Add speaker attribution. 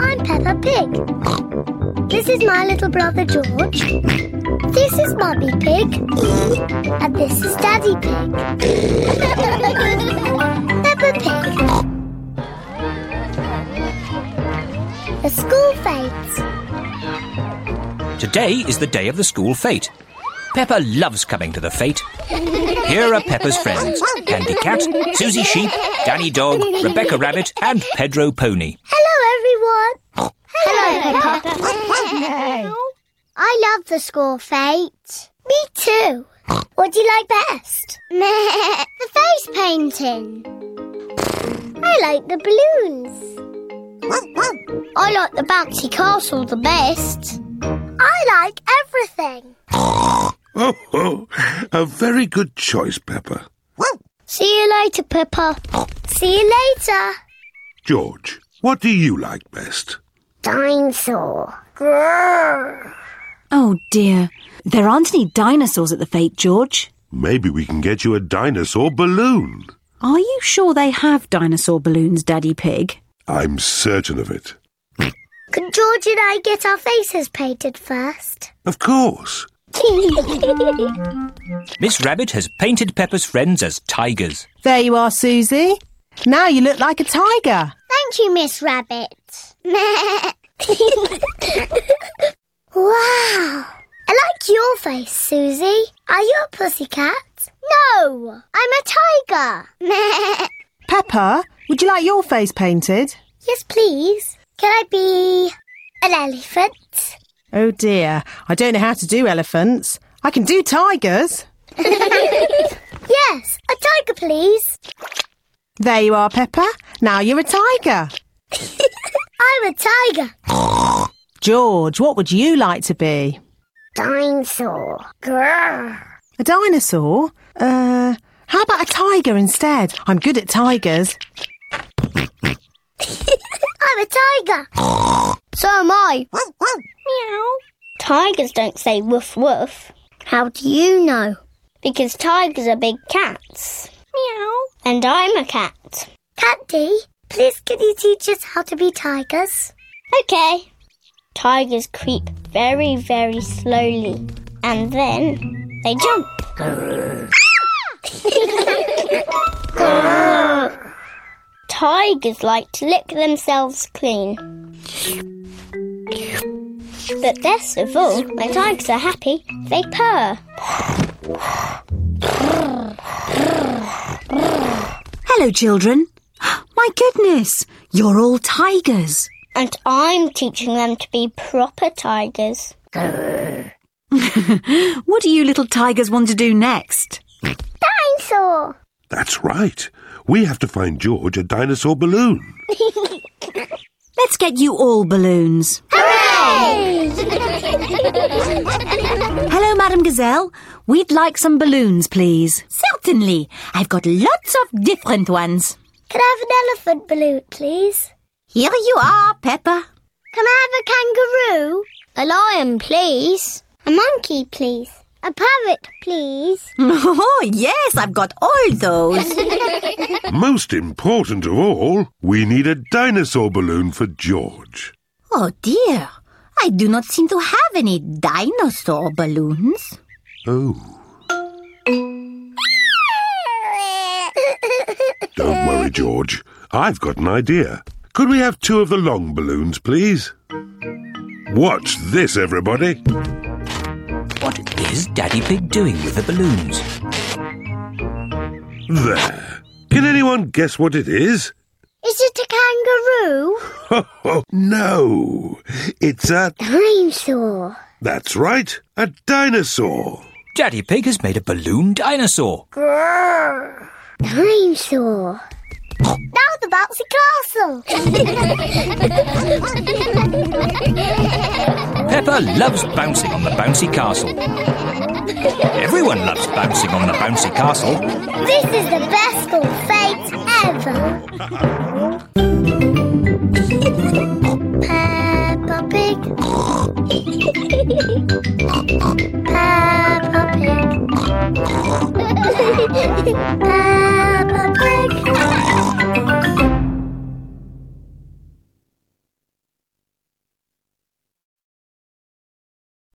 Speaker 1: I'm Peppa Pig. This is my little brother George. This is Mummy Pig. And this is Daddy Pig. Peppa Pig. The school fades.
Speaker 2: Today is the day of the school fete. Peppa loves coming to the fete. Here are Peppa's friends Candy Cat, Susie Sheep, Danny Dog, Rebecca Rabbit, and Pedro Pony.
Speaker 1: Hello, everyone. Hello, I love the school fete. Me too. What do you like best? the face painting. I like the balloons. I like the bouncy castle the best. I like everything.
Speaker 3: Oh, oh, a very good choice, Pepper.
Speaker 1: See you later, Pippa. See you later.
Speaker 3: George, what do you like best?
Speaker 1: Dinosaur.
Speaker 4: Oh dear. There aren't any dinosaurs at the fete, George.
Speaker 3: Maybe we can get you a dinosaur balloon.
Speaker 4: Are you sure they have dinosaur balloons, Daddy Pig?
Speaker 3: I'm certain of it.
Speaker 1: Could George and I get our faces painted first?
Speaker 3: Of course.
Speaker 2: Miss Rabbit has painted Peppa's friends as tigers.
Speaker 5: There you are, Susie. Now you look like a tiger.
Speaker 1: Thank you, Miss Rabbit. wow! I like your face, Susie. Are you a pussycat? No, I'm a tiger.
Speaker 5: Pepper, would you like your face painted?
Speaker 1: yes, please. Can I be an elephant?
Speaker 5: Oh dear, I don't know how to do elephants. I can do tigers.
Speaker 1: Yes, a tiger, please.
Speaker 5: There you are, Pepper. Now you're a tiger.
Speaker 1: I'm a tiger.
Speaker 5: George, what would you like to be?
Speaker 1: Dinosaur. Grrr.
Speaker 5: A dinosaur? Uh, how about a tiger instead? I'm good at tigers.
Speaker 1: I'm a tiger. so am I. Meow. Tigers don't say woof woof. How do you know? Because tigers are big cats. Meow. And I'm a cat. Catty, please can you teach us how to be tigers? Okay. Tigers creep very, very slowly and then they jump. Tigers like to lick themselves clean. But best of all, when tigers are happy, they purr.
Speaker 4: Hello, children. My goodness, you're all tigers.
Speaker 1: And I'm teaching them to be proper tigers.
Speaker 4: What do you little tigers want to do next?
Speaker 1: Dinosaur!
Speaker 3: That's right. We have to find George a dinosaur balloon.
Speaker 4: Let's get you all balloons. Hello, Madam Gazelle. We'd like some balloons, please. Certainly. I've got lots of different ones.
Speaker 1: Can I have an elephant balloon, please?
Speaker 4: Here you are, Pepper.
Speaker 1: Can I have a kangaroo? A lion, please. A monkey, please. A parrot, please.
Speaker 4: Oh, yes, I've got all those.
Speaker 3: Most important of all, we need a dinosaur balloon for George.
Speaker 4: Oh dear, I do not seem to have any dinosaur balloons.
Speaker 3: Oh. Don't worry, George. I've got an idea. Could we have two of the long balloons, please? Watch this, everybody.
Speaker 2: What is Daddy Pig doing with the balloons?
Speaker 3: There. Can anyone guess what it is?
Speaker 1: Is it a kangaroo?
Speaker 3: Oh, no. It's a.
Speaker 1: Dinosaur.
Speaker 3: That's right, a dinosaur.
Speaker 2: Daddy Pig has made a balloon dinosaur.
Speaker 1: Dinosaur. Now the bouncy castle.
Speaker 2: Peppa loves bouncing on the bouncy castle. Everyone loves bouncing on the bouncy castle.
Speaker 1: this is the best school fete ever. Peppa Pig.